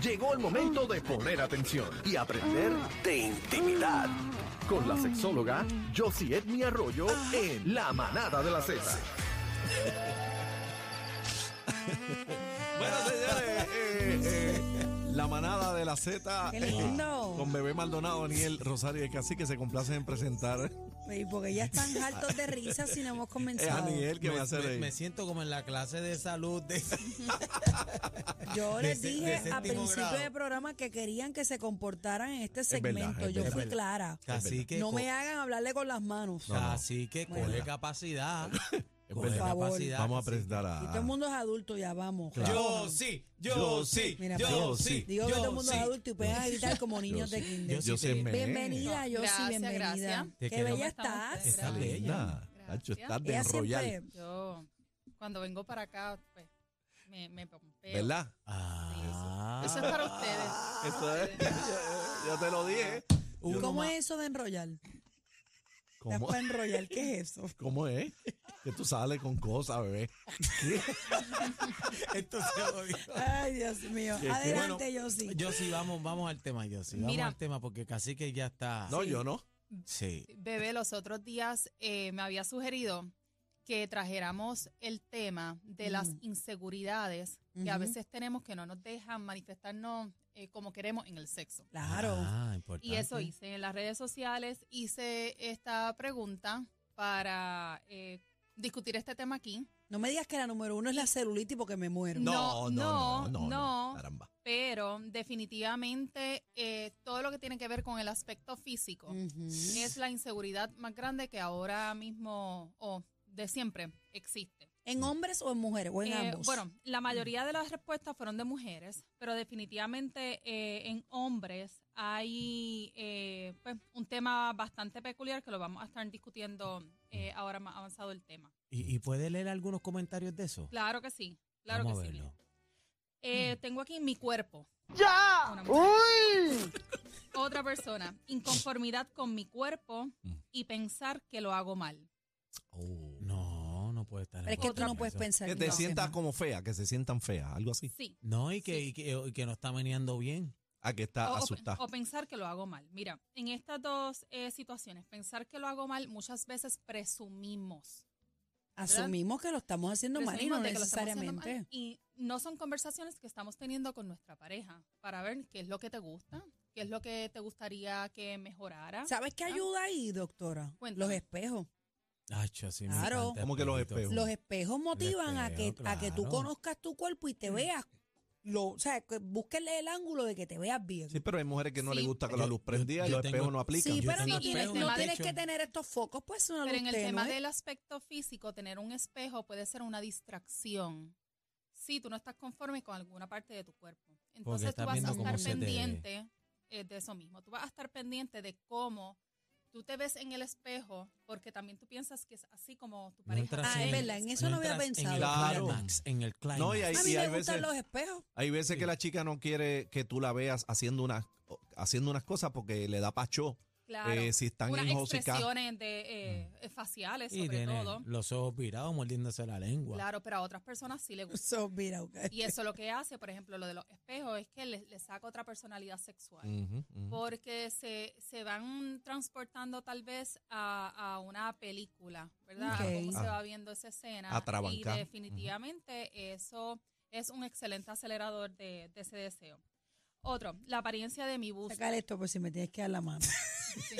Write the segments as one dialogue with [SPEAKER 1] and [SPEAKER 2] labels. [SPEAKER 1] Llegó el momento de poner atención y aprender de intimidad. Con la sexóloga Josie Edmi Arroyo en La Manada de la Z.
[SPEAKER 2] Bueno, señores, eh, eh, la manada de la Z
[SPEAKER 3] Qué
[SPEAKER 2] eh,
[SPEAKER 3] lindo.
[SPEAKER 2] con Bebé Maldonado, Daniel Rosario y el Cacique se complacen en presentar
[SPEAKER 3] Sí, porque ya están hartos de risa si no hemos
[SPEAKER 2] eh, a
[SPEAKER 3] comenzado.
[SPEAKER 2] Daniel que me, hace reír.
[SPEAKER 4] me siento como en la clase de salud de
[SPEAKER 3] Yo
[SPEAKER 4] ah, de
[SPEAKER 3] les
[SPEAKER 4] se- de
[SPEAKER 3] dije a
[SPEAKER 4] séptimo
[SPEAKER 3] principio
[SPEAKER 4] grado.
[SPEAKER 3] del programa que querían que se comportaran en este
[SPEAKER 2] verdad,
[SPEAKER 3] segmento.
[SPEAKER 2] es
[SPEAKER 3] Yo
[SPEAKER 2] verdad.
[SPEAKER 3] fui
[SPEAKER 4] Es verdad.
[SPEAKER 3] clara.
[SPEAKER 4] Así que
[SPEAKER 3] No
[SPEAKER 4] co-
[SPEAKER 3] me hagan hablarle con las manos.
[SPEAKER 4] Así que coge
[SPEAKER 3] Bueno.
[SPEAKER 4] capacidad.
[SPEAKER 2] Es
[SPEAKER 4] coge
[SPEAKER 2] verdad.
[SPEAKER 3] favor.
[SPEAKER 4] capacidad.
[SPEAKER 2] Vamos
[SPEAKER 4] Cacique.
[SPEAKER 2] a presentar
[SPEAKER 3] Y todo el
[SPEAKER 2] a.
[SPEAKER 3] mundo es adulto, ya vamos.
[SPEAKER 4] Yo sí, yo sí,
[SPEAKER 3] Mira,
[SPEAKER 4] yo
[SPEAKER 3] pero
[SPEAKER 4] sí.
[SPEAKER 3] Digo que
[SPEAKER 4] yo
[SPEAKER 3] todo el mundo
[SPEAKER 4] sí.
[SPEAKER 3] es adulto y pueden gritar como niños de kinder.
[SPEAKER 4] Yo sí
[SPEAKER 2] Yo
[SPEAKER 4] te-
[SPEAKER 2] sé me.
[SPEAKER 3] Bienvenida, yo sí,
[SPEAKER 5] Gracias,
[SPEAKER 3] bienvenida.
[SPEAKER 5] gracias.
[SPEAKER 3] Qué
[SPEAKER 4] Te queremos.
[SPEAKER 3] bella
[SPEAKER 5] ¿Cómo
[SPEAKER 3] estás.
[SPEAKER 4] Está
[SPEAKER 2] Está
[SPEAKER 4] Gracias.
[SPEAKER 2] linda.
[SPEAKER 5] Gracias.
[SPEAKER 2] Tacho, estás de
[SPEAKER 3] Ella
[SPEAKER 2] enrollar.
[SPEAKER 3] siempre,
[SPEAKER 5] Yo, cuando vengo para acá, pues, me, me pompeo.
[SPEAKER 2] ¿Verdad?
[SPEAKER 4] Ah.
[SPEAKER 2] Ah.
[SPEAKER 5] Eso es para ustedes.
[SPEAKER 2] Eso es. Yo, yo te lo dije.
[SPEAKER 4] Uno
[SPEAKER 3] ¿cómo
[SPEAKER 4] más.
[SPEAKER 3] es eso de enrollar? ¿Estás
[SPEAKER 2] ¿Cómo,
[SPEAKER 3] para enrollar? ¿Qué es eso?
[SPEAKER 2] ¿Cómo es? Que tú sales con cosas, bebé.
[SPEAKER 4] Esto se jodió.
[SPEAKER 3] Ay, Dios mío.
[SPEAKER 2] Qué-
[SPEAKER 3] Adelante,
[SPEAKER 4] Bueno,
[SPEAKER 3] yo sí.
[SPEAKER 4] Yo sí, vamos, vamos al tema, yo sí. Vamos
[SPEAKER 5] Mira.
[SPEAKER 4] al tema porque Cacique ya está.
[SPEAKER 2] No, yo no.
[SPEAKER 4] Sí.
[SPEAKER 5] Bebé, los otros días eh, me había sugerido que trajéramos el tema de las
[SPEAKER 4] Mm.
[SPEAKER 3] Ujú.
[SPEAKER 5] inseguridades que a
[SPEAKER 3] Ujú.
[SPEAKER 5] veces tenemos que no nos dejan manifestarnos eh, como queremos en el sexo.
[SPEAKER 3] Claro.
[SPEAKER 4] Ah, importante.
[SPEAKER 5] Y eso hice en las redes sociales, hice esta pregunta para eh, discutir este tema aquí.
[SPEAKER 3] No me digas que la número uno es la celulitis porque me muero.
[SPEAKER 5] No,
[SPEAKER 2] No, no, no,
[SPEAKER 5] no,
[SPEAKER 2] no.
[SPEAKER 5] no.
[SPEAKER 2] Caramba.
[SPEAKER 5] pero definitivamente eh, todo lo que tiene que ver con el aspecto físico
[SPEAKER 3] Ujú.
[SPEAKER 5] es la inseguridad más grande que ahora mismo o de siempre existe.
[SPEAKER 3] ¿En hombres o en mujeres? O en
[SPEAKER 5] Eh,
[SPEAKER 3] ambos. Mm.
[SPEAKER 5] bueno, la mayoría de las respuestas fueron de mujeres, pero definitivamente eh, en hombres hay eh, pues, un tema bastante peculiar que lo vamos a estar discutiendo eh, ahora más avanzado el tema.
[SPEAKER 4] ¿Y, y puede leer algunos comentarios de eso?
[SPEAKER 5] Claro que sí, claro
[SPEAKER 4] vamos
[SPEAKER 5] que
[SPEAKER 4] a
[SPEAKER 5] sí.
[SPEAKER 4] verlo.
[SPEAKER 5] Eh, Tengo aquí mi cuerpo. ¡Ya! Otra persona. Inconformidad con mi cuerpo y pensar que lo hago mal.
[SPEAKER 2] Oh.
[SPEAKER 4] No, no puede estar.
[SPEAKER 3] Pero es que tú
[SPEAKER 4] envuelto
[SPEAKER 3] no
[SPEAKER 4] en
[SPEAKER 3] puedes
[SPEAKER 4] eso.
[SPEAKER 3] pensar.
[SPEAKER 2] Que
[SPEAKER 3] en
[SPEAKER 2] te
[SPEAKER 3] los
[SPEAKER 2] sientas
[SPEAKER 3] demás.
[SPEAKER 2] como fea, que se sientan feas, algo así.
[SPEAKER 5] Sí.
[SPEAKER 4] No, y que,
[SPEAKER 5] Sí.
[SPEAKER 4] y que, y que no está meneando bien.
[SPEAKER 2] Ah, que
[SPEAKER 5] O,
[SPEAKER 2] está
[SPEAKER 5] o pe-
[SPEAKER 2] asustada.
[SPEAKER 5] o pensar que lo hago mal. Mira, en estas dos eh, situaciones, pensar que lo hago mal, muchas veces presumimos.
[SPEAKER 3] Asumimos que lo estamos haciendo mal y
[SPEAKER 5] Presumimos
[SPEAKER 3] no
[SPEAKER 5] de que lo estamos haciendo
[SPEAKER 3] necesariamente.
[SPEAKER 5] mal y no son conversaciones que estamos teniendo con nuestra pareja para ver qué es lo que te gusta, qué es lo que te gustaría que mejorara.
[SPEAKER 3] ¿Sabes qué
[SPEAKER 5] Ah.
[SPEAKER 3] ayuda ahí, doctora?
[SPEAKER 5] Cuéntame.
[SPEAKER 3] Los espejos.
[SPEAKER 4] Acho, así me
[SPEAKER 3] Claro.
[SPEAKER 4] encanta,
[SPEAKER 2] ¿Cómo que los
[SPEAKER 4] espejito.
[SPEAKER 2] espejos?
[SPEAKER 3] Los espejos motivan a, que,
[SPEAKER 4] espejo,
[SPEAKER 3] a que tú
[SPEAKER 4] claro.
[SPEAKER 3] conozcas tu cuerpo y
[SPEAKER 5] Mm.
[SPEAKER 3] te veas. Lo, o sea, que búsquenle el ángulo de que te veas bien.
[SPEAKER 2] Sí, pero hay mujeres que no
[SPEAKER 5] Sí.
[SPEAKER 2] les gusta con la
[SPEAKER 4] Yo-
[SPEAKER 2] luz
[SPEAKER 4] yo-
[SPEAKER 2] prendida y
[SPEAKER 4] yo
[SPEAKER 2] los
[SPEAKER 4] tengo-
[SPEAKER 2] espejos no aplican.
[SPEAKER 3] Sí,
[SPEAKER 4] Yo
[SPEAKER 3] pero
[SPEAKER 4] tengo
[SPEAKER 3] no tienes,
[SPEAKER 4] espejo
[SPEAKER 3] no
[SPEAKER 4] en el
[SPEAKER 3] tienes
[SPEAKER 4] techo.
[SPEAKER 3] que tener estos focos, pues una
[SPEAKER 5] Pero
[SPEAKER 3] luz
[SPEAKER 5] en el tema
[SPEAKER 3] tenue.
[SPEAKER 5] del aspecto físico, tener un espejo puede ser una distracción. Si tú no estás conforme con alguna parte de tu cuerpo, entonces
[SPEAKER 4] estás
[SPEAKER 5] tú vas
[SPEAKER 3] viendo
[SPEAKER 5] a
[SPEAKER 3] cómo
[SPEAKER 5] estar
[SPEAKER 3] se te ve.
[SPEAKER 5] pendiente eh, de eso mismo. Tú vas a estar pendiente de cómo tú te ves en el espejo, porque también tú piensas que es así como tu
[SPEAKER 4] No
[SPEAKER 5] pareja.
[SPEAKER 4] entras
[SPEAKER 3] Ah, es
[SPEAKER 4] en-
[SPEAKER 3] verdad, en eso no había
[SPEAKER 4] entras En
[SPEAKER 3] pensado.
[SPEAKER 4] el
[SPEAKER 2] Claro.
[SPEAKER 4] clímax, en el climax.
[SPEAKER 2] No, y ahí-
[SPEAKER 3] A
[SPEAKER 2] sí,
[SPEAKER 3] mí
[SPEAKER 2] hay
[SPEAKER 3] me gustan
[SPEAKER 2] veces-
[SPEAKER 3] los espejos.
[SPEAKER 2] Hay veces
[SPEAKER 4] Sí.
[SPEAKER 2] que la chica no quiere que tú la veas haciendo unas, haciendo unas cosas porque le da pacho.
[SPEAKER 5] Claro.
[SPEAKER 2] Eh, si están
[SPEAKER 5] Unas
[SPEAKER 2] enjocicadas.
[SPEAKER 5] expresiones de,
[SPEAKER 3] Mm.
[SPEAKER 5] eh, eh, faciales,
[SPEAKER 4] Y
[SPEAKER 5] sobre
[SPEAKER 4] tiene
[SPEAKER 5] todo.
[SPEAKER 4] los ojos virados, mordiéndose la lengua.
[SPEAKER 5] Claro, pero a otras personas sí le gusta.
[SPEAKER 3] Son, mira, ok.
[SPEAKER 5] Y eso lo que hace, por ejemplo, lo de los espejos, es que le, le saca otra personalidad sexual.
[SPEAKER 2] Ujú, ujú.
[SPEAKER 5] porque se, se van transportando tal vez a, a una película, ¿verdad? A
[SPEAKER 3] Ok.
[SPEAKER 5] cómo se
[SPEAKER 2] Ah.
[SPEAKER 5] va viendo esa escena. Y
[SPEAKER 2] Atrabanca.
[SPEAKER 5] definitivamente eso es un excelente acelerador de, de ese deseo. Otro, la apariencia de mi busto.
[SPEAKER 3] Sacar esto por si me tienes que dar la mano.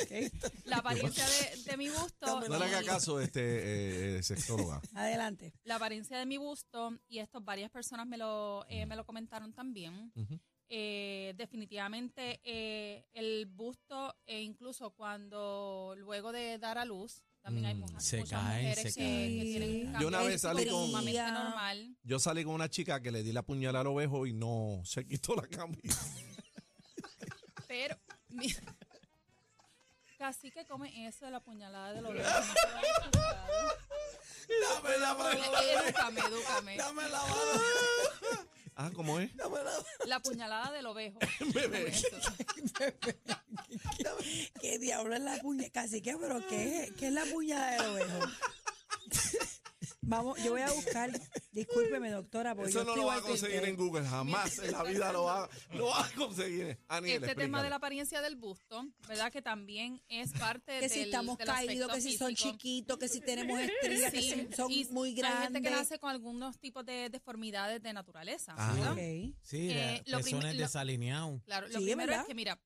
[SPEAKER 5] Sí. La apariencia de, de mi busto.
[SPEAKER 2] No le haga
[SPEAKER 5] y-
[SPEAKER 2] caso este eh, eh, sexóloga.
[SPEAKER 3] Adelante.
[SPEAKER 5] La apariencia de mi busto, y esto varias personas me lo, eh, me lo comentaron también.
[SPEAKER 2] Ujú.
[SPEAKER 5] eh, definitivamente eh, el busto e incluso cuando luego de dar a luz también hay
[SPEAKER 2] Mm,
[SPEAKER 5] muja-
[SPEAKER 4] se
[SPEAKER 5] muchas
[SPEAKER 4] caen,
[SPEAKER 5] mujeres
[SPEAKER 4] se
[SPEAKER 5] que, que
[SPEAKER 3] caen, se
[SPEAKER 5] tienen un
[SPEAKER 3] caen.
[SPEAKER 5] cambio
[SPEAKER 2] Yo una vez salí con-
[SPEAKER 5] sumamente
[SPEAKER 3] Fría.
[SPEAKER 5] normal
[SPEAKER 2] Yo salí con una chica que le di la puñal al ovejo y no se quitó la camisa.
[SPEAKER 5] Pero, mira, casi que come eso de la puñalada de los dedos. no se lo he escuchado.
[SPEAKER 4] Dame la
[SPEAKER 5] Edúcame, edúcame.
[SPEAKER 4] Dame la mano.
[SPEAKER 2] Ah, ¿cómo es?
[SPEAKER 5] La puñalada del ovejo.
[SPEAKER 3] ¿Qué diablo es la puña? Casi que, pero ¿qué es, qué es la puñada del ovejo? Vamos, yo voy a buscar. Discúlpeme, doctora,
[SPEAKER 5] Pues
[SPEAKER 3] porque
[SPEAKER 2] Eso
[SPEAKER 3] yo
[SPEAKER 2] no
[SPEAKER 3] estoy
[SPEAKER 2] lo va a
[SPEAKER 3] igual que usted.
[SPEAKER 2] conseguir en Google, jamás en la vida lo va, lo va a conseguir. Ah, Aniel,
[SPEAKER 5] Este tema
[SPEAKER 2] explícale.
[SPEAKER 5] de la apariencia del busto, ¿verdad? Que también es parte
[SPEAKER 3] Que si
[SPEAKER 5] del-
[SPEAKER 3] estamos
[SPEAKER 5] del
[SPEAKER 3] caídos,
[SPEAKER 5] aspecto
[SPEAKER 3] que si son
[SPEAKER 5] físico.
[SPEAKER 3] chiquitos, que si tenemos estrías, que
[SPEAKER 5] Sí,
[SPEAKER 3] si son
[SPEAKER 5] y
[SPEAKER 3] muy
[SPEAKER 5] Hay gente que
[SPEAKER 3] grandes.
[SPEAKER 5] nace con algunos tipos de deformidades de naturaleza.
[SPEAKER 4] Ah,
[SPEAKER 5] ¿verdad?
[SPEAKER 3] Ok.
[SPEAKER 4] Sí,
[SPEAKER 5] Eh, lo
[SPEAKER 4] los
[SPEAKER 5] prim-
[SPEAKER 4] pezones
[SPEAKER 5] lo-
[SPEAKER 4] desalineados.
[SPEAKER 5] Claro, lo
[SPEAKER 3] Sí,
[SPEAKER 5] primero
[SPEAKER 3] ¿verdad?
[SPEAKER 5] es que, mira,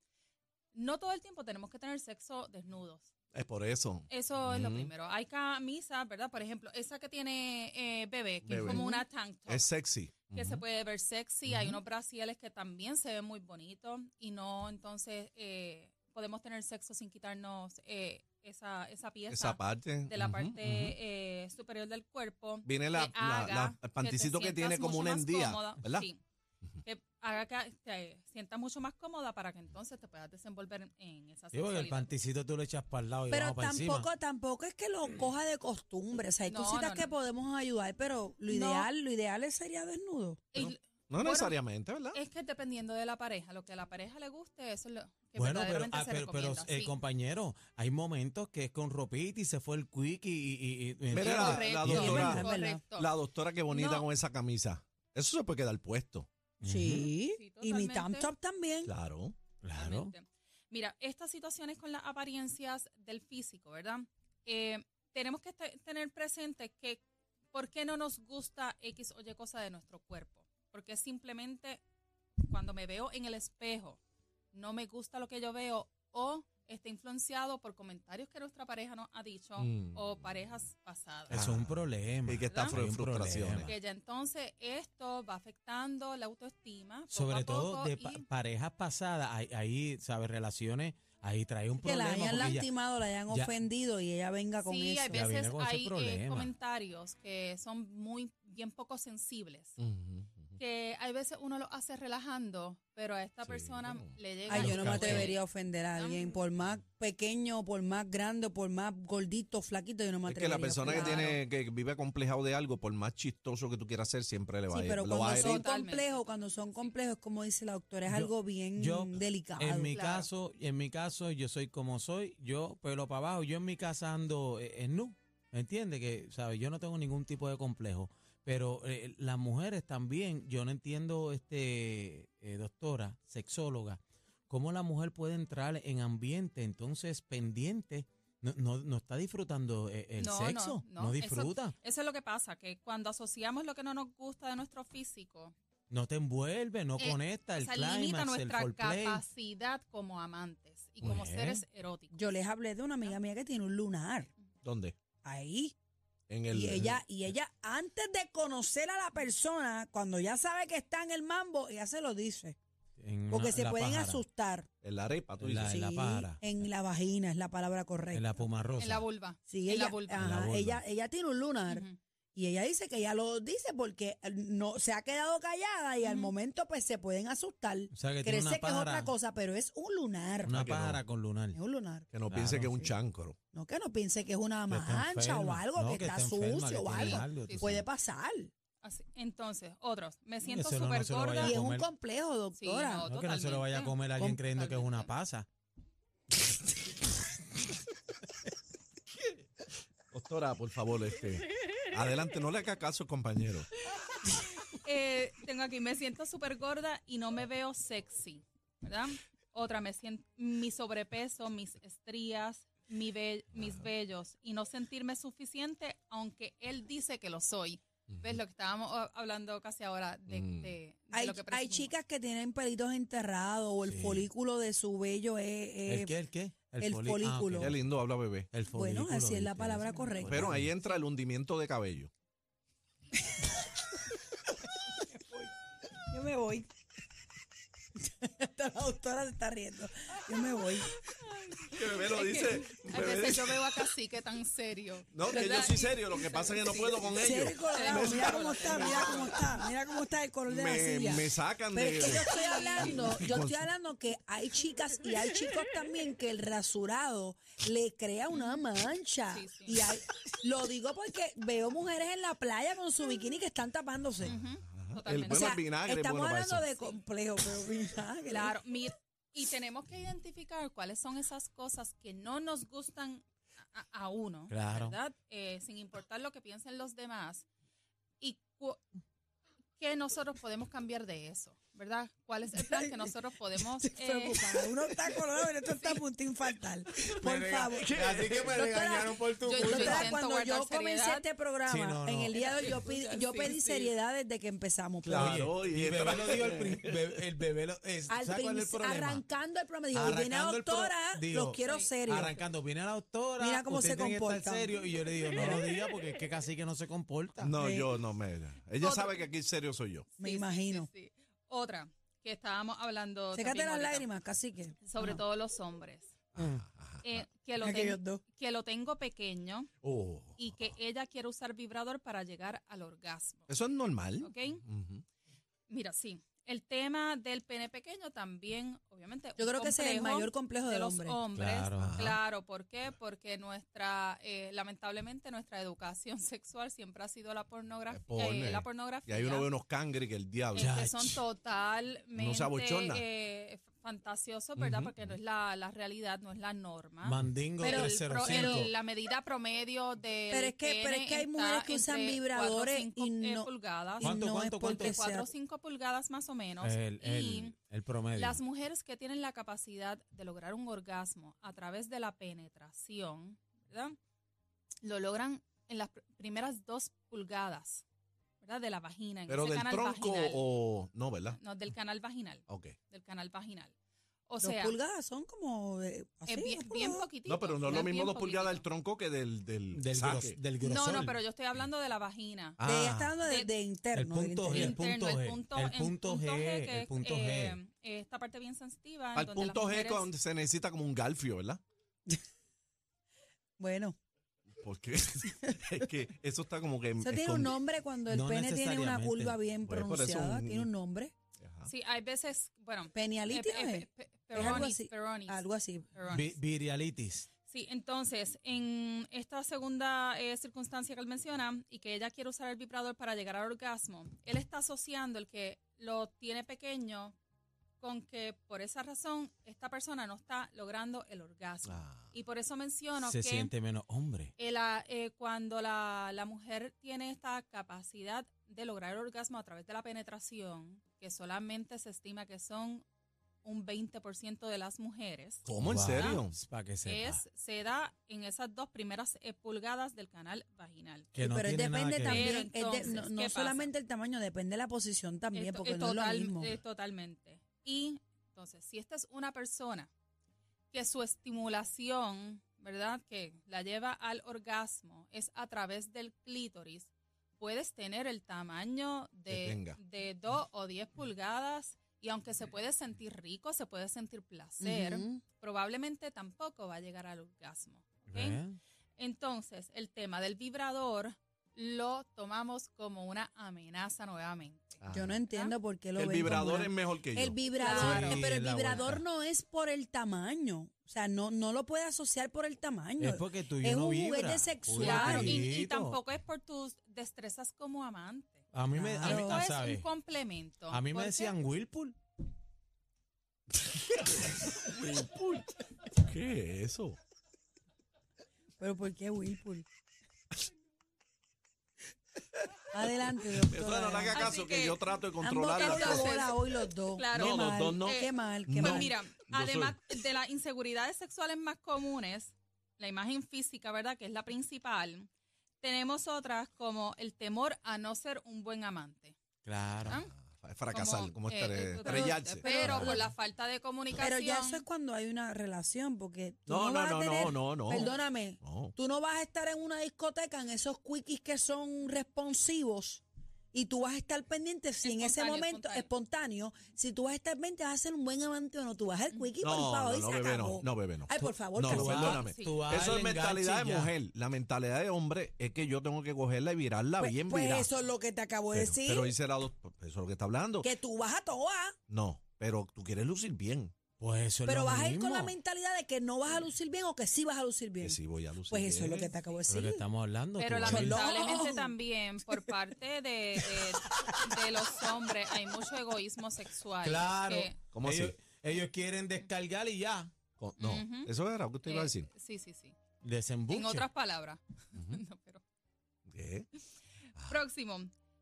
[SPEAKER 5] no todo el tiempo tenemos que tener sexo desnudos.
[SPEAKER 2] Es por eso.
[SPEAKER 5] Eso es lo
[SPEAKER 2] Ujú.
[SPEAKER 5] primero. Hay camisas, ¿verdad? Por ejemplo, esa que tiene eh, bebé, que
[SPEAKER 2] Bebé.
[SPEAKER 5] es como una tank top.
[SPEAKER 2] Es sexy.
[SPEAKER 5] que se
[SPEAKER 2] Ujú.
[SPEAKER 5] puede ver sexy, hay
[SPEAKER 2] Ujú.
[SPEAKER 5] unos brasiles que también se ven muy bonitos y no, entonces eh, podemos tener sexo sin quitarnos eh, esa, esa pieza
[SPEAKER 2] Esa parte.
[SPEAKER 5] de la
[SPEAKER 2] ujú,
[SPEAKER 5] parte
[SPEAKER 2] ujú.
[SPEAKER 5] eh, superior del cuerpo.
[SPEAKER 2] Viene la,
[SPEAKER 5] que
[SPEAKER 2] la- la-
[SPEAKER 5] haga
[SPEAKER 2] el panticito
[SPEAKER 5] te
[SPEAKER 2] que, tiene
[SPEAKER 5] sientas
[SPEAKER 2] como una
[SPEAKER 5] mucho más
[SPEAKER 2] endía,
[SPEAKER 5] cómoda,
[SPEAKER 2] ¿verdad?
[SPEAKER 5] Sí. Que haga que te sientas mucho más cómoda para que entonces te puedas desenvolver en, en esa
[SPEAKER 4] Sí, porque el
[SPEAKER 5] sexualidad.
[SPEAKER 4] panticito tú lo echas para el lado y
[SPEAKER 3] Pero
[SPEAKER 4] vamos para encima.
[SPEAKER 3] tampoco, tampoco es que lo coja de costumbre. O sea, hay
[SPEAKER 5] No,
[SPEAKER 3] cositas
[SPEAKER 5] no,
[SPEAKER 3] que
[SPEAKER 5] no.
[SPEAKER 3] podemos ayudar, pero lo
[SPEAKER 5] No.
[SPEAKER 3] ideal, lo ideal es sería desnudo.
[SPEAKER 5] Y
[SPEAKER 2] No
[SPEAKER 5] Bueno,
[SPEAKER 2] necesariamente, ¿verdad?
[SPEAKER 5] es que dependiendo de la pareja, lo que a la pareja le guste, eso es lo que
[SPEAKER 4] Bueno, pero,
[SPEAKER 5] verdaderamente
[SPEAKER 4] ah,
[SPEAKER 5] se
[SPEAKER 4] pero, pero,
[SPEAKER 5] recomienda.
[SPEAKER 4] eh,
[SPEAKER 5] sí.
[SPEAKER 4] compañero, hay momentos que es con ropita y se fue el quick y... y, y- y-
[SPEAKER 2] Mira
[SPEAKER 4] ¿entiendes?
[SPEAKER 2] la- la
[SPEAKER 5] Correcto,
[SPEAKER 2] doctora-
[SPEAKER 5] correcto.
[SPEAKER 2] La doctora, qué bonita
[SPEAKER 5] No.
[SPEAKER 2] con esa camisa. Eso se puede quedar puesto.
[SPEAKER 4] Ujú,
[SPEAKER 3] Sí.
[SPEAKER 5] Sí,
[SPEAKER 3] Y mi
[SPEAKER 5] totalmente.
[SPEAKER 3] tam top también.
[SPEAKER 2] Claro.
[SPEAKER 4] Claro.
[SPEAKER 5] Exactamente. Mira, estas situaciones con las apariencias del físico, ¿verdad? Eh, tenemos que te- tener presente que por qué no nos gusta X o Y cosa de nuestro cuerpo. Porque simplemente cuando me veo en el espejo, no me gusta lo que yo veo o está influenciado por comentarios que nuestra pareja nos ha dicho
[SPEAKER 2] Mm.
[SPEAKER 5] o parejas pasadas.
[SPEAKER 4] Eso es un problema.
[SPEAKER 2] Ah. Y que está
[SPEAKER 5] ¿Verdad?
[SPEAKER 2] fru-
[SPEAKER 4] Hay un
[SPEAKER 2] frustraciones.
[SPEAKER 4] problema.
[SPEAKER 5] Que ya entonces esto va afectando la autoestima. poco
[SPEAKER 4] Sobre
[SPEAKER 5] a
[SPEAKER 4] todo
[SPEAKER 5] poco
[SPEAKER 4] de
[SPEAKER 5] y-
[SPEAKER 4] pa- parejas pasadas, ahí, ahí, ¿sabes? Relaciones, ahí trae un
[SPEAKER 3] Que
[SPEAKER 4] problema.
[SPEAKER 3] la hayan
[SPEAKER 4] porque ya-
[SPEAKER 3] lastimado, la hayan
[SPEAKER 4] ya-
[SPEAKER 3] ofendido y ella venga con
[SPEAKER 5] sí,
[SPEAKER 3] eso.
[SPEAKER 4] Ya
[SPEAKER 5] hay
[SPEAKER 4] viene
[SPEAKER 5] veces
[SPEAKER 4] con ese
[SPEAKER 5] hay eh,
[SPEAKER 4] problema.
[SPEAKER 5] comentarios que son muy bien poco sensibles.
[SPEAKER 4] Mm.
[SPEAKER 2] Ujú, ujú.
[SPEAKER 5] Que hay veces uno lo hace relajando, pero a esta
[SPEAKER 2] Sí,
[SPEAKER 5] persona
[SPEAKER 2] bueno.
[SPEAKER 5] le llega.
[SPEAKER 3] Ay, yo no
[SPEAKER 4] Los
[SPEAKER 3] me
[SPEAKER 4] cachos.
[SPEAKER 3] atrevería a ofender a alguien, por más pequeño, por más grande, por más gordito, flaquito, yo no me
[SPEAKER 2] Es que
[SPEAKER 3] atrevería.
[SPEAKER 2] la persona
[SPEAKER 3] a
[SPEAKER 2] que
[SPEAKER 3] ofender.
[SPEAKER 2] tiene que vive complejado de algo, por más chistoso que tú quieras ser, siempre le va a
[SPEAKER 3] Sí,
[SPEAKER 2] ir.
[SPEAKER 3] pero
[SPEAKER 2] lo va
[SPEAKER 3] cuando
[SPEAKER 2] a herir.
[SPEAKER 3] son
[SPEAKER 5] Totalmente.
[SPEAKER 3] complejos, cuando son complejos, como dice la doctora, es
[SPEAKER 4] Yo-
[SPEAKER 3] algo bien
[SPEAKER 4] yo-
[SPEAKER 3] delicado.
[SPEAKER 4] En mi
[SPEAKER 5] Claro.
[SPEAKER 4] caso, en mi caso, yo soy como soy, yo pelo para abajo, yo en mi casa ando eh, en nu, ¿entiendes? Que, ¿sabes? Yo no tengo ningún tipo de complejo, pero eh, las mujeres también, yo no entiendo, este, eh, doctora, sexóloga, cómo la mujer puede entrar en ambiente, entonces pendiente, no, no, no está disfrutando eh, el
[SPEAKER 5] No, no,
[SPEAKER 4] sexo, no,
[SPEAKER 5] no, eso-
[SPEAKER 4] disfruta,
[SPEAKER 5] Eso es lo que pasa, que cuando asociamos lo que no nos gusta de nuestro físico,
[SPEAKER 4] no te envuelve, no
[SPEAKER 5] Eh,
[SPEAKER 4] conecta, el
[SPEAKER 5] se limita
[SPEAKER 4] climax, el
[SPEAKER 5] nuestra
[SPEAKER 4] foreplay.
[SPEAKER 5] capacidad como amantes y como
[SPEAKER 4] Pues.
[SPEAKER 5] seres eróticos.
[SPEAKER 3] Yo les hablé de una amiga mía que tiene un lunar
[SPEAKER 2] ¿Dónde?
[SPEAKER 3] ahí.
[SPEAKER 2] En el.
[SPEAKER 3] y ella, y ella, antes de conocer a la persona, cuando ya sabe que está en el mambo, ella se lo dice.
[SPEAKER 4] en
[SPEAKER 3] Porque
[SPEAKER 4] una-
[SPEAKER 3] se
[SPEAKER 4] la
[SPEAKER 3] pueden
[SPEAKER 4] pájara,
[SPEAKER 3] asustar.
[SPEAKER 2] En la arepa, tú
[SPEAKER 4] En la-
[SPEAKER 2] dices.
[SPEAKER 4] en
[SPEAKER 3] Sí,
[SPEAKER 4] pájara.
[SPEAKER 3] en la vagina es la palabra correcta.
[SPEAKER 4] en la pumarrosa.
[SPEAKER 5] en la vulva.
[SPEAKER 3] Sí,
[SPEAKER 5] en
[SPEAKER 3] ella,
[SPEAKER 5] la vulva.
[SPEAKER 3] ajá,
[SPEAKER 4] En la vulva.
[SPEAKER 3] ella, ella tiene un lunar
[SPEAKER 5] Ujú.
[SPEAKER 3] y ella dice que ella lo dice porque eh, no se ha quedado callada y al
[SPEAKER 5] Ujú.
[SPEAKER 3] momento pues se pueden asustar.
[SPEAKER 4] O sea, que tiene
[SPEAKER 3] Crece
[SPEAKER 4] una
[SPEAKER 3] que es otra
[SPEAKER 4] pájara,
[SPEAKER 3] cosa, pero es un lunar.
[SPEAKER 4] una
[SPEAKER 2] Ah, que no.
[SPEAKER 4] pájara con lunar.
[SPEAKER 3] Es un lunar.
[SPEAKER 2] Que no piense que es
[SPEAKER 4] Claro,
[SPEAKER 2] un
[SPEAKER 4] sí.
[SPEAKER 2] chancro.
[SPEAKER 3] No que no piense que es una
[SPEAKER 4] Que está
[SPEAKER 3] mancha o
[SPEAKER 4] enferma.
[SPEAKER 3] algo,
[SPEAKER 4] No,
[SPEAKER 3] que, está,
[SPEAKER 4] enferma, que
[SPEAKER 3] sucio o
[SPEAKER 4] tiene
[SPEAKER 3] algo.
[SPEAKER 4] algo, tú
[SPEAKER 3] Puede
[SPEAKER 4] sabes.
[SPEAKER 3] pasar.
[SPEAKER 5] Así. Entonces, otros. Me siento
[SPEAKER 4] Eso no, no
[SPEAKER 5] súper
[SPEAKER 4] se lo vaya
[SPEAKER 5] gorda.
[SPEAKER 4] a
[SPEAKER 3] Y es un
[SPEAKER 4] comer.
[SPEAKER 3] complejo, doctora.
[SPEAKER 5] no,
[SPEAKER 4] No, que no se lo vaya a
[SPEAKER 5] totalmente.
[SPEAKER 4] comer a alguien
[SPEAKER 3] Com-
[SPEAKER 4] creyendo que es una
[SPEAKER 5] totalmente.
[SPEAKER 4] pasa.
[SPEAKER 2] Doctora, por favor, este. Adelante, no le haga caso, compañero.
[SPEAKER 5] Eh, tengo aquí, me siento súper gorda y no me veo sexy, ¿verdad? Otra, me siento, mi sobrepeso, mis estrías, mi ve- mis vellos y no sentirme suficiente aunque él dice que lo soy. ¿Ves lo que estábamos ah, hablando casi ahora de,
[SPEAKER 2] Mm.
[SPEAKER 5] de- de
[SPEAKER 3] Hay,
[SPEAKER 5] lo que
[SPEAKER 3] hay
[SPEAKER 5] presumimos?
[SPEAKER 3] chicas que tienen pelitos enterrados o el
[SPEAKER 4] Sí.
[SPEAKER 3] folículo de su vello es... es-
[SPEAKER 4] ¿El qué? ¿El qué?
[SPEAKER 3] Eh, el
[SPEAKER 4] foli- ah, ok.
[SPEAKER 3] folículo.
[SPEAKER 2] Qué lindo habla bebé.
[SPEAKER 4] El
[SPEAKER 3] Bueno,
[SPEAKER 4] folículo,
[SPEAKER 3] así es la
[SPEAKER 4] ¿viste?
[SPEAKER 3] palabra
[SPEAKER 4] Ese-
[SPEAKER 3] correcta.
[SPEAKER 2] Pero ahí entra el hundimiento de cabello.
[SPEAKER 3] Yo me voy. la doctora se está riendo. Yo me voy.
[SPEAKER 6] Que bebé lo
[SPEAKER 5] Es que
[SPEAKER 6] dice.
[SPEAKER 5] a
[SPEAKER 6] bebé
[SPEAKER 5] veces
[SPEAKER 6] dice-
[SPEAKER 5] yo veo a Cacique tan serio.
[SPEAKER 6] No, que yo
[SPEAKER 5] ¿verdad?
[SPEAKER 6] soy serio, lo que pasa es que no puedo con ellos.
[SPEAKER 3] Cerco, mira cómo está, mira cómo está, mira cómo está el color de la
[SPEAKER 2] Me,
[SPEAKER 3] silla.
[SPEAKER 2] me sacan
[SPEAKER 3] Pero es que yo
[SPEAKER 2] de.
[SPEAKER 3] estoy hablando, yo estoy hablando que hay chicas y hay chicos también que el rasurado le crea una mancha.
[SPEAKER 5] Sí, sí.
[SPEAKER 3] Y hay- lo digo porque veo mujeres en la playa con su bikini que están tapándose.
[SPEAKER 2] El
[SPEAKER 5] Totalmente.
[SPEAKER 2] bueno es vinagre,
[SPEAKER 3] estamos
[SPEAKER 2] bueno, para
[SPEAKER 3] hablando
[SPEAKER 2] eso.
[SPEAKER 3] de complejo, pero vinagre.
[SPEAKER 5] Claro, mi- y tenemos que identificar cuáles son esas cosas que no nos gustan a, a- a uno,
[SPEAKER 4] Claro.
[SPEAKER 5] ¿verdad? Eh, sin importar lo que piensen los demás. Y cu- que nosotros podemos cambiar de eso, ¿verdad? ¿Cuál es el plan que nosotros podemos...
[SPEAKER 3] Estoy
[SPEAKER 5] eh,
[SPEAKER 3] preocupada. Uno está colorado y el otro está a punto de infartar. Por favor.
[SPEAKER 6] Así que me
[SPEAKER 3] Doctora,
[SPEAKER 6] regañaron por tu
[SPEAKER 5] yo-
[SPEAKER 6] culpa.
[SPEAKER 3] Doctora,
[SPEAKER 5] intento
[SPEAKER 3] cuando
[SPEAKER 5] guardar
[SPEAKER 3] yo comencé
[SPEAKER 5] seriedad.
[SPEAKER 3] este programa,
[SPEAKER 4] Sí, no,
[SPEAKER 3] en
[SPEAKER 4] no.
[SPEAKER 3] el día de hoy, yo, pedí- yo
[SPEAKER 5] Sí,
[SPEAKER 3] pedí
[SPEAKER 5] sí.
[SPEAKER 3] seriedad desde que empezamos. pero
[SPEAKER 6] Claro,
[SPEAKER 4] Oye,
[SPEAKER 6] y
[SPEAKER 4] y
[SPEAKER 6] esta-
[SPEAKER 4] bebé lo dijo al prin- bebé- el bebé lo es,
[SPEAKER 3] al
[SPEAKER 4] ¿sabe cuál es el
[SPEAKER 3] principio,
[SPEAKER 4] problema?
[SPEAKER 3] arrancando el programa, dijo, viene la
[SPEAKER 4] Arrancando el pro-
[SPEAKER 3] doctora,
[SPEAKER 4] digo,
[SPEAKER 3] los quiero
[SPEAKER 5] sí.
[SPEAKER 3] serios.
[SPEAKER 4] Arrancando, viene la doctora.
[SPEAKER 3] Mira cómo
[SPEAKER 4] usted
[SPEAKER 3] se
[SPEAKER 4] tiene que estar
[SPEAKER 3] comportan.
[SPEAKER 4] serio, y yo le digo, no lo diga porque es que casi que no se comporta.
[SPEAKER 2] No, yo no me. Ella sabe que aquí serio soy yo.
[SPEAKER 3] Me
[SPEAKER 5] sí, sí,
[SPEAKER 3] imagino.
[SPEAKER 5] sí, sí. Otra, que estábamos hablando...
[SPEAKER 3] Sécate
[SPEAKER 5] también
[SPEAKER 3] las
[SPEAKER 5] ahorita,
[SPEAKER 3] lágrimas, cacique.
[SPEAKER 5] Sobre todo los hombres.
[SPEAKER 4] Ah.
[SPEAKER 3] Ah.
[SPEAKER 5] Eh, que, lo
[SPEAKER 3] Aquellos
[SPEAKER 5] ten-
[SPEAKER 3] dos.
[SPEAKER 5] que lo tengo pequeño
[SPEAKER 2] Oh,
[SPEAKER 5] y que ella quiere usar vibrador para llegar al orgasmo,
[SPEAKER 2] eso es normal.
[SPEAKER 5] ¿ok?
[SPEAKER 2] Ujú.
[SPEAKER 5] Mira, sí. El tema del pene pequeño también, obviamente.
[SPEAKER 3] Yo
[SPEAKER 5] un
[SPEAKER 3] creo que ese es el
[SPEAKER 5] complejo
[SPEAKER 3] mayor complejo
[SPEAKER 5] de
[SPEAKER 3] del
[SPEAKER 5] los
[SPEAKER 3] hombre.
[SPEAKER 5] hombres.
[SPEAKER 4] Claro,
[SPEAKER 5] Claro,
[SPEAKER 4] ajá.
[SPEAKER 5] ¿por qué? Porque nuestra, eh, lamentablemente, nuestra educación sexual siempre ha sido la pornografía.
[SPEAKER 2] Es porno,
[SPEAKER 5] la
[SPEAKER 2] eh.
[SPEAKER 5] pornografía.
[SPEAKER 2] Y ahí uno ve unos cangri que el diablo.
[SPEAKER 5] eh, que son
[SPEAKER 4] Yach.
[SPEAKER 5] totalmente
[SPEAKER 2] No se abochorna.
[SPEAKER 5] eh, fantasiosos, ¿verdad? Porque no es la, la realidad, no es la norma.
[SPEAKER 4] Mandingo
[SPEAKER 5] Pero el pro-
[SPEAKER 4] 305.
[SPEAKER 5] el- la medida promedio de.
[SPEAKER 3] Pero es que- pero es que hay mujeres que usan vibradores y no-
[SPEAKER 5] eh, pulgadas.
[SPEAKER 3] Y
[SPEAKER 4] ¿Cuánto,
[SPEAKER 3] no
[SPEAKER 4] cuánto,
[SPEAKER 3] es porque
[SPEAKER 4] cuánto?
[SPEAKER 5] de
[SPEAKER 3] sea-
[SPEAKER 5] 4 o 5 pulgadas más o menos.
[SPEAKER 4] el,
[SPEAKER 5] y
[SPEAKER 4] el- el promedio.
[SPEAKER 5] las mujeres que tienen la capacidad de lograr un orgasmo a través de la penetración, ¿verdad? Lo logran en las pr- primeras dos pulgadas, ¿verdad? De la vagina. En
[SPEAKER 2] Pero
[SPEAKER 5] ese
[SPEAKER 2] del
[SPEAKER 5] canal
[SPEAKER 2] tronco
[SPEAKER 5] vaginal.
[SPEAKER 2] o. No, ¿verdad?
[SPEAKER 5] No, del canal vaginal.
[SPEAKER 2] Ok.
[SPEAKER 5] Del canal vaginal. O
[SPEAKER 3] Dos
[SPEAKER 5] sea,
[SPEAKER 3] pulgadas son como eh, así,
[SPEAKER 5] es bien,
[SPEAKER 3] dos
[SPEAKER 5] bien
[SPEAKER 3] pulgadas.
[SPEAKER 5] poquitito.
[SPEAKER 2] No, pero no es lo
[SPEAKER 5] bien
[SPEAKER 2] mismo dos
[SPEAKER 5] poquitito.
[SPEAKER 2] pulgadas del tronco que del, del,
[SPEAKER 4] del,
[SPEAKER 2] saque.
[SPEAKER 4] gros- del
[SPEAKER 5] No,
[SPEAKER 4] grosor.
[SPEAKER 5] no, pero yo estoy hablando de la vagina.
[SPEAKER 4] Ah,
[SPEAKER 3] De ella está hablando de,
[SPEAKER 5] del-
[SPEAKER 3] de interno.
[SPEAKER 4] el
[SPEAKER 3] del
[SPEAKER 4] punto
[SPEAKER 3] interior.
[SPEAKER 4] G. punto
[SPEAKER 5] el
[SPEAKER 4] G,
[SPEAKER 5] punto,
[SPEAKER 4] el
[SPEAKER 5] el
[SPEAKER 4] punto G,
[SPEAKER 5] G, que
[SPEAKER 4] el
[SPEAKER 5] es,
[SPEAKER 4] punto G.
[SPEAKER 5] eh, esta parte bien sensitiva. en
[SPEAKER 2] Al
[SPEAKER 5] Ah, donde las
[SPEAKER 2] punto G
[SPEAKER 5] mujeres-
[SPEAKER 2] cuando se necesita como un galfio, ¿verdad?
[SPEAKER 3] Bueno,
[SPEAKER 2] Porque es que eso está como que.
[SPEAKER 3] eso tiene un
[SPEAKER 2] escondi-
[SPEAKER 3] nombre cuando el
[SPEAKER 4] Mm, No
[SPEAKER 3] pene tiene una
[SPEAKER 4] necesariamente.
[SPEAKER 3] vulva bien
[SPEAKER 2] Pues por eso
[SPEAKER 3] pronunciada.
[SPEAKER 2] un-
[SPEAKER 3] Tiene un nombre.
[SPEAKER 2] Ajá.
[SPEAKER 5] Sí, hay veces, bueno.
[SPEAKER 3] Penialitis.
[SPEAKER 5] eh,
[SPEAKER 3] ¿no
[SPEAKER 5] pe-
[SPEAKER 3] es?
[SPEAKER 5] pe- pe-
[SPEAKER 3] Es algo
[SPEAKER 5] peronis,
[SPEAKER 3] así.
[SPEAKER 5] peronis,
[SPEAKER 3] Algo así.
[SPEAKER 5] peronis.
[SPEAKER 4] Vi- virialitis.
[SPEAKER 5] Sí, entonces, en esta segunda eh, circunstancia que él menciona y que ella quiere usar el vibrador para llegar al orgasmo, él está asociando el que lo tiene pequeño con que por esa razón esta persona no está logrando el orgasmo.
[SPEAKER 2] Ah.
[SPEAKER 5] Y por eso menciono
[SPEAKER 4] se
[SPEAKER 5] que
[SPEAKER 4] siente menos hombre.
[SPEAKER 5] el, ah, eh, cuando la, la mujer tiene esta capacidad de lograr el orgasmo a través de la penetración, que solamente se estima que son un 20% de las mujeres,
[SPEAKER 2] ¿Cómo en
[SPEAKER 4] Wow.
[SPEAKER 2] serio?
[SPEAKER 4] Para que sepa.
[SPEAKER 5] es, se da en esas dos primeras eh, pulgadas del canal vaginal.
[SPEAKER 4] que no
[SPEAKER 3] pero
[SPEAKER 4] tiene nada
[SPEAKER 3] depende
[SPEAKER 4] que ver.
[SPEAKER 3] también,
[SPEAKER 5] Pero
[SPEAKER 3] es de-
[SPEAKER 5] entonces,
[SPEAKER 3] no,
[SPEAKER 5] ¿qué
[SPEAKER 3] no
[SPEAKER 5] pasa?
[SPEAKER 3] solamente el tamaño, depende de la posición también,
[SPEAKER 5] Esto-
[SPEAKER 3] porque
[SPEAKER 5] eh,
[SPEAKER 3] no es lo
[SPEAKER 5] total-
[SPEAKER 3] mismo.
[SPEAKER 5] eh, totalmente. Y entonces, si esta es una persona que su estimulación, ¿verdad? Que la lleva al orgasmo es a través del clítoris, puedes tener el tamaño
[SPEAKER 2] Que
[SPEAKER 5] de,
[SPEAKER 2] tenga.
[SPEAKER 5] de 2 o 10 pulgadas y aunque se puede sentir rico, se puede sentir placer,
[SPEAKER 3] Ujú.
[SPEAKER 5] probablemente tampoco va a llegar al orgasmo. ¿ok?
[SPEAKER 4] ¿Eh?
[SPEAKER 5] Entonces, el tema del vibrador lo tomamos como una amenaza nuevamente.
[SPEAKER 3] Yo
[SPEAKER 4] Ah.
[SPEAKER 3] no entiendo por qué lo
[SPEAKER 2] Ah. El
[SPEAKER 3] ven como
[SPEAKER 2] vibrador
[SPEAKER 3] una-
[SPEAKER 2] es mejor que yo.
[SPEAKER 3] El vibrador,
[SPEAKER 4] Claro.
[SPEAKER 3] eh, pero
[SPEAKER 4] Sí,
[SPEAKER 3] el
[SPEAKER 4] la
[SPEAKER 3] vibrador
[SPEAKER 4] vuelta.
[SPEAKER 3] no es por el tamaño. O sea, no, no lo puede asociar por el tamaño.
[SPEAKER 4] Es porque tú y yo
[SPEAKER 3] Es
[SPEAKER 4] no
[SPEAKER 3] un
[SPEAKER 4] vibra.
[SPEAKER 3] juguete sexual.
[SPEAKER 5] Claro, y- y,
[SPEAKER 4] Juguetito.
[SPEAKER 5] tampoco es por tus destrezas como amante.
[SPEAKER 4] A mí me, a mí,
[SPEAKER 3] Claro.
[SPEAKER 5] Esto
[SPEAKER 4] ah,
[SPEAKER 5] es
[SPEAKER 4] ¿sabes?
[SPEAKER 5] un complemento.
[SPEAKER 4] A mí me
[SPEAKER 5] porque
[SPEAKER 4] decían Whirlpool.
[SPEAKER 2] ¿Qué es eso?
[SPEAKER 3] Pero ¿por qué Whirlpool? Adelante, doctora.
[SPEAKER 2] Doctora, no le haga caso
[SPEAKER 5] Así
[SPEAKER 2] que,
[SPEAKER 5] que
[SPEAKER 2] yo trato de
[SPEAKER 3] Han
[SPEAKER 2] controlar
[SPEAKER 3] botado
[SPEAKER 2] las
[SPEAKER 5] las
[SPEAKER 3] la
[SPEAKER 5] cosas.
[SPEAKER 3] bola hoy los dos.
[SPEAKER 5] Claro.
[SPEAKER 3] Qué
[SPEAKER 2] No, los
[SPEAKER 3] mal,
[SPEAKER 2] dos no.
[SPEAKER 3] Qué mal, qué
[SPEAKER 2] No.
[SPEAKER 5] Pues
[SPEAKER 3] mal.
[SPEAKER 5] mira,
[SPEAKER 2] Yo
[SPEAKER 5] además de las inseguridades sexuales más comunes, la imagen física, ¿verdad? Que es la principal, tenemos otras como el temor a no ser un buen amante.
[SPEAKER 4] Claro.
[SPEAKER 5] ¿ah?
[SPEAKER 2] Fracasar, como,
[SPEAKER 5] eh,
[SPEAKER 2] estre-
[SPEAKER 5] eh,
[SPEAKER 2] estrellarse.
[SPEAKER 5] Pero
[SPEAKER 2] Ajá.
[SPEAKER 5] por la falta de comunicación.
[SPEAKER 3] Pero ya eso es cuando hay una relación, porque tú
[SPEAKER 2] No,
[SPEAKER 3] no,
[SPEAKER 2] no,
[SPEAKER 3] vas a
[SPEAKER 2] no,
[SPEAKER 3] tener-
[SPEAKER 2] no, no, no.
[SPEAKER 3] Perdóname,
[SPEAKER 2] No.
[SPEAKER 3] tú no vas a estar en una discoteca en esos quickies que son responsivos Y tú vas a estar pendiente si en ese
[SPEAKER 5] Espontáneo,
[SPEAKER 3] momento, espontáneo, si tú vas a estar pendiente, vas a ser un buen amante o no. Tú vas al quickie, por
[SPEAKER 2] Mm. No,
[SPEAKER 3] favor,
[SPEAKER 2] no,
[SPEAKER 3] y
[SPEAKER 2] no,
[SPEAKER 3] se
[SPEAKER 2] bebé,
[SPEAKER 3] acabó.
[SPEAKER 2] no, no, bebé, no.
[SPEAKER 3] Ay, por favor,
[SPEAKER 2] No,
[SPEAKER 3] que
[SPEAKER 2] no,
[SPEAKER 3] sí.
[SPEAKER 2] perdóname.
[SPEAKER 5] Sí.
[SPEAKER 4] Tú vas
[SPEAKER 2] Eso
[SPEAKER 4] al
[SPEAKER 2] es
[SPEAKER 4] enganche
[SPEAKER 2] mentalidad
[SPEAKER 4] y
[SPEAKER 2] de
[SPEAKER 4] ya.
[SPEAKER 2] mujer. La mentalidad de hombre es que yo tengo que cogerla y virarla
[SPEAKER 3] Pues,
[SPEAKER 2] bien
[SPEAKER 3] pues
[SPEAKER 2] virada.
[SPEAKER 3] eso es lo que te acabo de
[SPEAKER 2] pero,
[SPEAKER 3] decir.
[SPEAKER 2] pero hice la dos- eso es lo que está hablando.
[SPEAKER 3] que tú vas a toa,
[SPEAKER 2] No, pero tú quieres lucir bien.
[SPEAKER 4] Pues eso es
[SPEAKER 3] pero
[SPEAKER 4] lo
[SPEAKER 3] vas a ir con la
[SPEAKER 4] mismo.
[SPEAKER 3] mentalidad de que no vas a lucir bien o que sí vas a lucir bien.
[SPEAKER 2] Que sí voy a lucir
[SPEAKER 3] Pues
[SPEAKER 2] bien.
[SPEAKER 3] eso es lo que te acabo de
[SPEAKER 4] Pero que
[SPEAKER 3] decir.
[SPEAKER 4] estamos hablando.
[SPEAKER 5] Pero
[SPEAKER 4] tú vas a ir-
[SPEAKER 3] Cholón.
[SPEAKER 5] lamentablemente también por parte de, de- de los hombres hay mucho egoísmo sexual.
[SPEAKER 4] Claro.
[SPEAKER 5] que-
[SPEAKER 2] ¿Cómo así?
[SPEAKER 4] ellos, ellos quieren descargar y ya.
[SPEAKER 2] Co- No,
[SPEAKER 5] Ujú.
[SPEAKER 2] eso era lo que usted iba a
[SPEAKER 5] eh,
[SPEAKER 2] decir.
[SPEAKER 5] sí, sí, sí.
[SPEAKER 4] Desembuche.
[SPEAKER 5] En otras palabras. No, pero-
[SPEAKER 2] ¿Qué?
[SPEAKER 5] Próximo.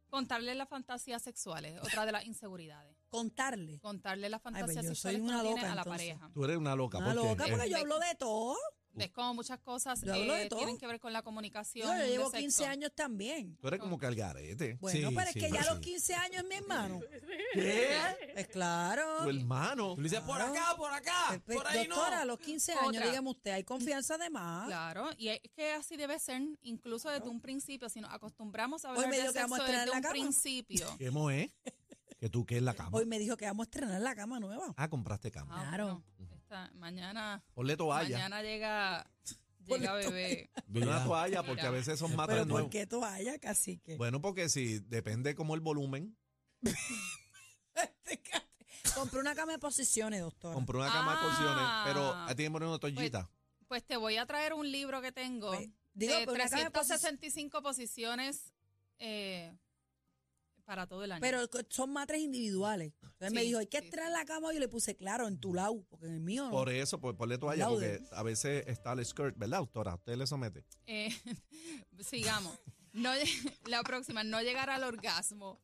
[SPEAKER 5] Contarle las fantasías sexuales, otra de las inseguridades.
[SPEAKER 3] Contarle.
[SPEAKER 5] Contarle las fantasías
[SPEAKER 3] pues yo soy
[SPEAKER 5] sexuales que
[SPEAKER 3] una
[SPEAKER 5] uno tiene
[SPEAKER 3] loca,
[SPEAKER 5] a la
[SPEAKER 3] entonces.
[SPEAKER 5] pareja.
[SPEAKER 2] Tú eres una loca.
[SPEAKER 3] Una
[SPEAKER 2] ¿por qué?
[SPEAKER 3] loca, porque
[SPEAKER 2] Eh,
[SPEAKER 3] yo hablo de todo.
[SPEAKER 5] Es como muchas cosas
[SPEAKER 3] Yo hablo de
[SPEAKER 5] eh,
[SPEAKER 3] todo.
[SPEAKER 5] tienen que ver con la comunicación.
[SPEAKER 3] Yo, yo
[SPEAKER 5] de
[SPEAKER 3] llevo
[SPEAKER 5] sexo.
[SPEAKER 3] 15 años también.
[SPEAKER 2] Tú eres como que al garete.
[SPEAKER 3] Bueno,
[SPEAKER 4] Sí,
[SPEAKER 3] pero es
[SPEAKER 4] sí,
[SPEAKER 3] que ya
[SPEAKER 4] sí.
[SPEAKER 3] a los 15 años, mi hermano.
[SPEAKER 2] ¿Qué?
[SPEAKER 3] Es claro.
[SPEAKER 2] Tu hermano. Ah,
[SPEAKER 4] Tú le dices, por acá, por acá,
[SPEAKER 3] Pues,
[SPEAKER 4] por ahí no.
[SPEAKER 3] doctora, a los 15 años,
[SPEAKER 5] Otra.
[SPEAKER 3] dígame usted, hay confianza de más.
[SPEAKER 5] Claro, y es que así debe ser incluso desde un principio. Si nos acostumbramos a
[SPEAKER 3] Hoy
[SPEAKER 5] hablar
[SPEAKER 3] me
[SPEAKER 5] de
[SPEAKER 3] dijo que vamos a
[SPEAKER 5] sexo
[SPEAKER 3] estrenar
[SPEAKER 5] desde
[SPEAKER 3] la
[SPEAKER 5] un
[SPEAKER 3] cama.
[SPEAKER 5] principio.
[SPEAKER 2] ¿Qué mo es? Que tú qué es la cama.
[SPEAKER 3] Hoy me dijo que vamos a estrenar la cama nueva.
[SPEAKER 2] Ah, compraste cama.
[SPEAKER 5] Ah,
[SPEAKER 3] Claro.
[SPEAKER 5] bueno, esta- mañana,
[SPEAKER 2] Ponle toalla.
[SPEAKER 5] mañana llega, llega bebé.
[SPEAKER 2] Una
[SPEAKER 4] Mira.
[SPEAKER 2] toalla porque a veces son matas
[SPEAKER 3] Ah, Pero
[SPEAKER 2] nuevos.
[SPEAKER 3] ¿por qué toalla, cacique?
[SPEAKER 2] Bueno, porque si depende como el volumen,
[SPEAKER 3] Compré una cama de posiciones, doctor.
[SPEAKER 2] compré una cama de colchones,
[SPEAKER 5] Ah.
[SPEAKER 2] pero a ti te poner una toallita.
[SPEAKER 5] Pues te voy a traer un libro que tengo
[SPEAKER 3] Pues, digo,
[SPEAKER 5] de
[SPEAKER 3] pero una cama de posiciones.
[SPEAKER 5] 365 posiciones eh, para todo el año.
[SPEAKER 3] Pero co- son matres individuales. Entonces me
[SPEAKER 5] Sí,
[SPEAKER 3] dijo, hay que
[SPEAKER 5] sí,
[SPEAKER 3] estrenar la cama. Yo le puse, claro, en tu lado, porque en el mío no.
[SPEAKER 2] Por eso, pues ponle toalla,
[SPEAKER 3] Laude.
[SPEAKER 2] porque a veces está el skirt, ¿verdad, doctora? Usted le somete.
[SPEAKER 5] Eh, sigamos. No, lle- la próxima, no llegar al orgasmo.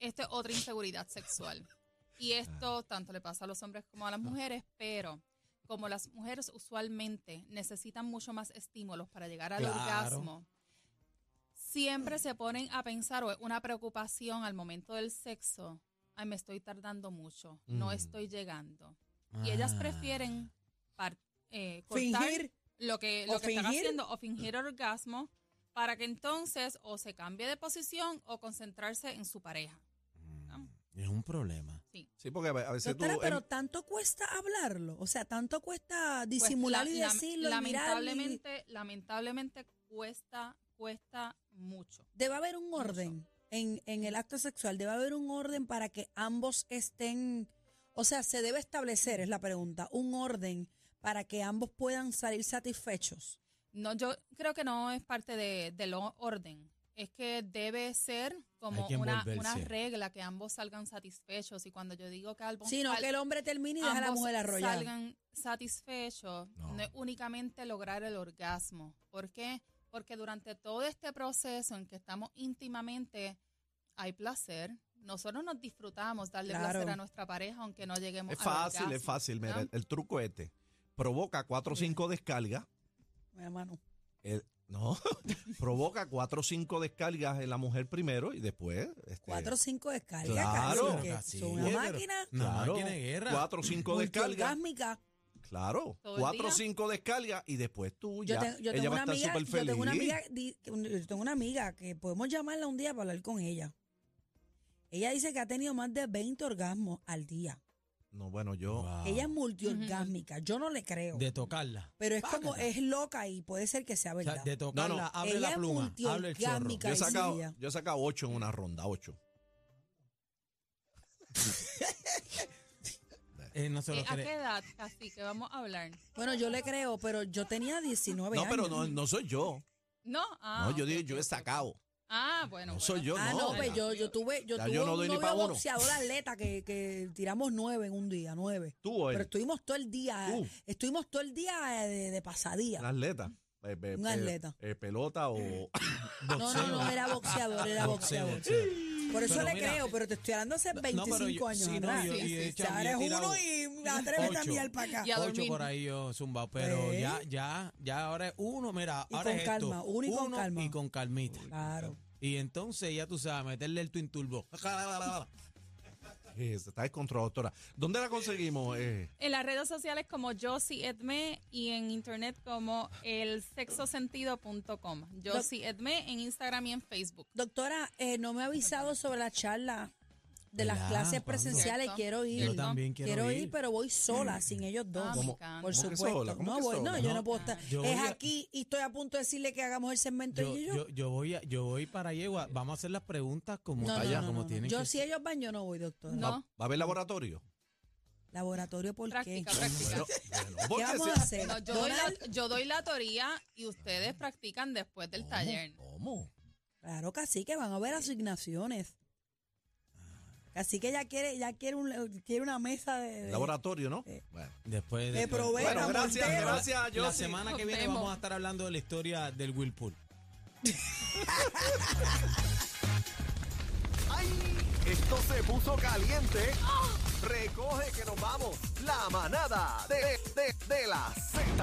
[SPEAKER 5] Esto es otra inseguridad sexual. Y
[SPEAKER 4] Ah.
[SPEAKER 5] esto tanto le pasa a los hombres como a las mujeres, pero como las mujeres usualmente necesitan mucho más estímulos para llegar al
[SPEAKER 4] Claro.
[SPEAKER 5] orgasmo, siempre se ponen a pensar o es una preocupación al momento del sexo. Ay, me estoy tardando mucho, no
[SPEAKER 2] Mm.
[SPEAKER 5] estoy llegando. Y ellas
[SPEAKER 4] Ah.
[SPEAKER 5] prefieren par- eh, cortar
[SPEAKER 3] Fingir.
[SPEAKER 5] lo que,
[SPEAKER 3] O
[SPEAKER 5] lo que están
[SPEAKER 3] fingir.
[SPEAKER 5] haciendo o fingir orgasmo para que entonces o se cambie de posición o concentrarse en su pareja.
[SPEAKER 4] Mm. Es un problema.
[SPEAKER 2] Sí, porque a ve- a veces tú.
[SPEAKER 3] Doctora,
[SPEAKER 2] em,
[SPEAKER 3] pero tanto cuesta hablarlo. O sea, tanto cuesta disimular
[SPEAKER 5] Pues,
[SPEAKER 3] y
[SPEAKER 5] la- la-
[SPEAKER 3] decirlo. y mirarlo y-
[SPEAKER 5] lamentablemente, lamentablemente cuesta, cuesta mucho.
[SPEAKER 3] Debe haber un orden en, en el acto sexual, debe haber un orden para que ambos estén, o sea, se debe establecer, es la pregunta, un orden para que ambos puedan salir satisfechos.
[SPEAKER 5] No, yo creo que no es parte de, del o- orden. Es que debe ser como
[SPEAKER 4] Hay que
[SPEAKER 5] una, una
[SPEAKER 4] envolverse.
[SPEAKER 5] regla que ambos salgan satisfechos. Y cuando yo digo que algo
[SPEAKER 3] Sino que el hombre termine y deja a la
[SPEAKER 5] ambos
[SPEAKER 3] mujer arrollar.
[SPEAKER 5] salgan satisfechos,
[SPEAKER 2] No.
[SPEAKER 5] no. es únicamente lograr el orgasmo. ¿Por qué? Porque durante todo este proceso en que estamos íntimamente, hay placer. Nosotros nos disfrutamos darle
[SPEAKER 3] Claro.
[SPEAKER 5] placer a nuestra pareja, aunque no lleguemos
[SPEAKER 2] es
[SPEAKER 5] al
[SPEAKER 2] fácil,
[SPEAKER 5] orgasmo,
[SPEAKER 2] es fácil. Mira,
[SPEAKER 5] ¿verdad?
[SPEAKER 2] el, el truco este provoca 4 o 5 descargas.
[SPEAKER 3] Mi hermano.
[SPEAKER 2] el- no, provoca 4 o 5 descargas en la mujer primero y después. Este,
[SPEAKER 3] Cuatro o cinco descargas.
[SPEAKER 2] Claro.
[SPEAKER 3] casi, que
[SPEAKER 4] Así,
[SPEAKER 3] son una
[SPEAKER 4] pero-
[SPEAKER 3] máquina
[SPEAKER 4] No, máquina de guerra.
[SPEAKER 2] 4 o 5 descargas.
[SPEAKER 3] multiorgásmica.
[SPEAKER 2] Claro,
[SPEAKER 5] Todo el
[SPEAKER 2] cuatro o
[SPEAKER 5] día.
[SPEAKER 2] cinco descargas y después tú
[SPEAKER 3] Pues Yo,
[SPEAKER 2] ya.
[SPEAKER 3] te- yo
[SPEAKER 2] ella
[SPEAKER 3] tengo
[SPEAKER 2] va
[SPEAKER 3] una
[SPEAKER 2] a estar
[SPEAKER 3] amiga,
[SPEAKER 2] súper
[SPEAKER 3] yo
[SPEAKER 2] feliz.
[SPEAKER 3] tengo una amiga, di- yo tengo una amiga que podemos llamarla un día para hablar con ella. Ella dice que ha tenido más de 20 orgasmos al día.
[SPEAKER 2] No, bueno, yo.
[SPEAKER 4] Wow.
[SPEAKER 3] Ella es multiorgásmica, yo no le creo.
[SPEAKER 4] De tocarla.
[SPEAKER 3] Pero es como,
[SPEAKER 4] Pácata.
[SPEAKER 3] es loca y puede ser que sea
[SPEAKER 4] O sea,
[SPEAKER 3] verdad.
[SPEAKER 4] de tocarla,
[SPEAKER 2] No, no.
[SPEAKER 4] abre
[SPEAKER 3] Ella es
[SPEAKER 4] la pluma, abre el chorro.
[SPEAKER 3] multiorgásmica.
[SPEAKER 2] Yo he,
[SPEAKER 3] Caicilla.
[SPEAKER 2] sacado, yo he sacado ocho en una ronda, ocho.
[SPEAKER 4] Eh, no se
[SPEAKER 5] Eh,
[SPEAKER 4] lo
[SPEAKER 5] ¿A
[SPEAKER 4] cree.
[SPEAKER 5] qué edad? Así que vamos a hablar.
[SPEAKER 3] Bueno, yo le creo, pero yo tenía 19
[SPEAKER 2] No,
[SPEAKER 3] años.
[SPEAKER 2] pero no, no soy yo.
[SPEAKER 5] No, ah,
[SPEAKER 2] no, yo
[SPEAKER 5] ok,
[SPEAKER 2] digo,
[SPEAKER 5] ok,
[SPEAKER 2] yo he
[SPEAKER 5] ok.
[SPEAKER 2] sacado.
[SPEAKER 5] Ah, bueno.
[SPEAKER 2] No
[SPEAKER 5] bueno.
[SPEAKER 2] soy yo,
[SPEAKER 3] Ah, no,
[SPEAKER 2] no,
[SPEAKER 3] pues
[SPEAKER 2] ya.
[SPEAKER 3] yo, yo tuve, yo
[SPEAKER 2] Ya
[SPEAKER 3] tuve
[SPEAKER 2] yo no
[SPEAKER 3] un
[SPEAKER 2] doy ni
[SPEAKER 3] novio
[SPEAKER 2] pa' uno.
[SPEAKER 3] boxeador atleta que, que tiramos nueve en un día, nueve.
[SPEAKER 2] Tú o
[SPEAKER 3] Pero ah,
[SPEAKER 2] él,
[SPEAKER 3] estuvimos todo el día,
[SPEAKER 2] Tú.
[SPEAKER 3] estuvimos todo el día eh, de, de
[SPEAKER 2] un
[SPEAKER 3] pasadía.
[SPEAKER 2] atleta. Eh, eh,
[SPEAKER 3] Un
[SPEAKER 2] eh,
[SPEAKER 3] atleta.
[SPEAKER 2] eh, pelota o.
[SPEAKER 3] No, no, no, era boxeador, era
[SPEAKER 4] Boxeo,
[SPEAKER 3] boxeador. Por eso
[SPEAKER 4] Pero
[SPEAKER 3] le
[SPEAKER 4] mira- eh,
[SPEAKER 3] creo, pero te estoy hablando hace
[SPEAKER 4] No, pero
[SPEAKER 3] 25
[SPEAKER 4] yo-
[SPEAKER 3] años
[SPEAKER 4] sí, no,
[SPEAKER 3] atrás.
[SPEAKER 4] yo-
[SPEAKER 3] Sí,
[SPEAKER 4] y
[SPEAKER 3] sí,
[SPEAKER 4] he
[SPEAKER 3] sí.
[SPEAKER 4] hecho- yo he
[SPEAKER 3] Ahora es
[SPEAKER 4] tirado
[SPEAKER 3] uno y atrévete a
[SPEAKER 4] ocho.
[SPEAKER 3] mirar para acá.
[SPEAKER 5] Y a
[SPEAKER 4] Ocho
[SPEAKER 5] dormir.
[SPEAKER 4] por ahí yo zumbado, pero
[SPEAKER 3] ¿Eh?
[SPEAKER 4] ya, ya, ya ahora es uno, mira,
[SPEAKER 3] Y
[SPEAKER 4] ahora
[SPEAKER 3] con
[SPEAKER 4] es
[SPEAKER 3] calma,
[SPEAKER 4] esto.
[SPEAKER 3] uno y con calma.
[SPEAKER 4] y con calmita.
[SPEAKER 3] Claro.
[SPEAKER 4] Y entonces ya tú sabes, meterle el twin turbo.
[SPEAKER 2] Eh, se está descontrolado, doctora. ¿Dónde la conseguimos? Eh,
[SPEAKER 5] En las redes sociales como Josie Edme y en internet como elsexosentido.com. Josie Edme en Instagram y en Facebook.
[SPEAKER 3] Doctora, eh, no me ha avisado sobre la charla de las
[SPEAKER 4] ¿Verdad?
[SPEAKER 3] clases
[SPEAKER 4] ¿Cuándo?
[SPEAKER 3] presenciales.
[SPEAKER 5] Cierto.
[SPEAKER 3] Quiero ir.
[SPEAKER 4] Yo también quiero, Mm.
[SPEAKER 3] ir. pero voy sola, sin ellos dos.
[SPEAKER 5] Ah,
[SPEAKER 2] ¿Cómo?
[SPEAKER 5] me encanta.
[SPEAKER 3] Por
[SPEAKER 2] ¿Cómo que
[SPEAKER 3] supuesto.
[SPEAKER 2] sola? ¿Cómo
[SPEAKER 3] no,
[SPEAKER 2] que
[SPEAKER 3] voy-
[SPEAKER 2] sola?
[SPEAKER 3] no, yo
[SPEAKER 4] No.
[SPEAKER 3] no puedo estar.
[SPEAKER 4] Yo
[SPEAKER 3] es
[SPEAKER 4] voy a-
[SPEAKER 3] aquí y estoy a punto de decirle que hagamos el segmento
[SPEAKER 4] Yo,
[SPEAKER 3] y yo.
[SPEAKER 4] yo, yo voy a- yo voy para allá, igual. vamos a hacer las preguntas como,
[SPEAKER 3] No, no,
[SPEAKER 4] allá,
[SPEAKER 3] no,
[SPEAKER 4] como
[SPEAKER 3] no, no.
[SPEAKER 4] tienen
[SPEAKER 3] Yo
[SPEAKER 4] que
[SPEAKER 3] si
[SPEAKER 4] ser.
[SPEAKER 3] ellos van, yo no voy, doctora.
[SPEAKER 5] No.
[SPEAKER 2] ¿va, va a haber laboratorio?
[SPEAKER 3] Laboratorio, ¿por
[SPEAKER 5] Práctica,
[SPEAKER 3] qué?
[SPEAKER 5] práctica.
[SPEAKER 2] Bueno, bueno,
[SPEAKER 3] ¿Qué
[SPEAKER 2] porque
[SPEAKER 3] vamos
[SPEAKER 2] se-
[SPEAKER 3] a hacer?
[SPEAKER 5] No, yo, doy
[SPEAKER 3] Donald,
[SPEAKER 5] la, yo doy la teoría y ustedes practican después del
[SPEAKER 2] ¿Cómo?
[SPEAKER 5] taller.
[SPEAKER 2] ¿Cómo?
[SPEAKER 3] Claro que sí, que van a haber asignaciones. Así que ya quiere, ya quiere, un, eh, quiere una mesa de. de-
[SPEAKER 2] Laboratorio, ¿no?
[SPEAKER 3] Eh.
[SPEAKER 2] Bueno.
[SPEAKER 4] Después,
[SPEAKER 3] Me
[SPEAKER 4] después.
[SPEAKER 3] provee
[SPEAKER 6] Bueno,
[SPEAKER 3] la
[SPEAKER 6] gracias,
[SPEAKER 3] Montero.
[SPEAKER 6] gracias,
[SPEAKER 4] La
[SPEAKER 6] Josie.
[SPEAKER 4] semana que
[SPEAKER 5] Nos
[SPEAKER 4] viene
[SPEAKER 5] vemos.
[SPEAKER 4] vamos a estar hablando de la historia del Whirlpool.
[SPEAKER 1] ¡Ay! Esto se puso caliente. Recoge que nos vamos. La manada de, de, de la Z.